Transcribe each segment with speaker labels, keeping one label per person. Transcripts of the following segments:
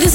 Speaker 1: this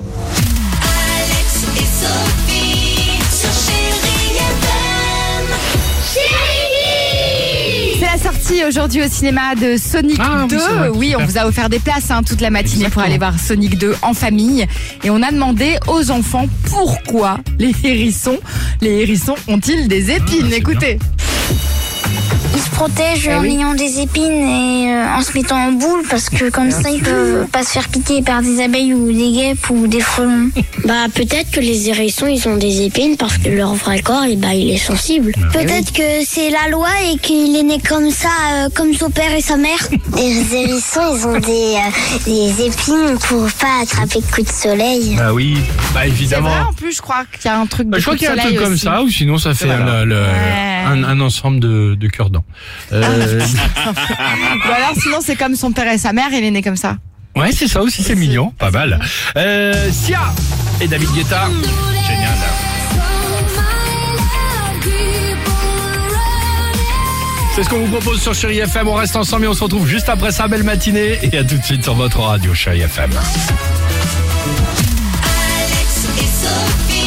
Speaker 2: Alex et Sophie sur Chéri FM.
Speaker 3: C'est la sortie aujourd'hui au cinéma de Sonic
Speaker 4: Ah oui,
Speaker 3: 2.
Speaker 4: c'est vrai,
Speaker 3: oui, on vous a offert des places hein, toute la matinée pour aller voir Sonic 2 en famille. Et on a demandé aux enfants pourquoi les hérissons, les hérissons ont-ils
Speaker 5: Ah,
Speaker 3: des épines. Écoutez,
Speaker 6: Ils se
Speaker 3: Eh
Speaker 6: protègent en ayant des épines et euh, en se mettant en boule parce que comme ça ils peuvent pas se faire piquer par des abeilles ou des guêpes ou des frelons. Bah peut-être que les hérissons ils ont des épines parce que leur vrai corps et bah il est sensible.
Speaker 3: Peut-être
Speaker 6: que c'est la loi et qu'il est né comme ça euh, comme son père et sa mère. les hérissons ils ont des, épines pour pas attraper de coups de soleil.
Speaker 5: Bah oui, bah
Speaker 3: c'est vrai
Speaker 5: évidemment.
Speaker 3: en plus, je crois qu'il y a un truc.
Speaker 5: Bah,
Speaker 3: de
Speaker 5: je crois
Speaker 3: coup
Speaker 5: qu'il
Speaker 3: de
Speaker 5: y a un
Speaker 3: soleil
Speaker 5: truc comme
Speaker 3: aussi.
Speaker 5: ça, ou sinon ça fait un, le- un- un ensemble de, de cure-dents. Euh,
Speaker 3: Ou alors, sinon, c'est comme son père et sa mère, il est né comme ça.
Speaker 5: ouais, c'est ça aussi, c'est mignon, pas mal. Euh, Sia et David Guetta. Génial. C'est ce qu'on vous propose sur Chéri FM. On reste ensemble et on se retrouve juste après ça. Belle matinée et à tout de suite sur votre radio Chéri FM.
Speaker 2: Alex et Sophie.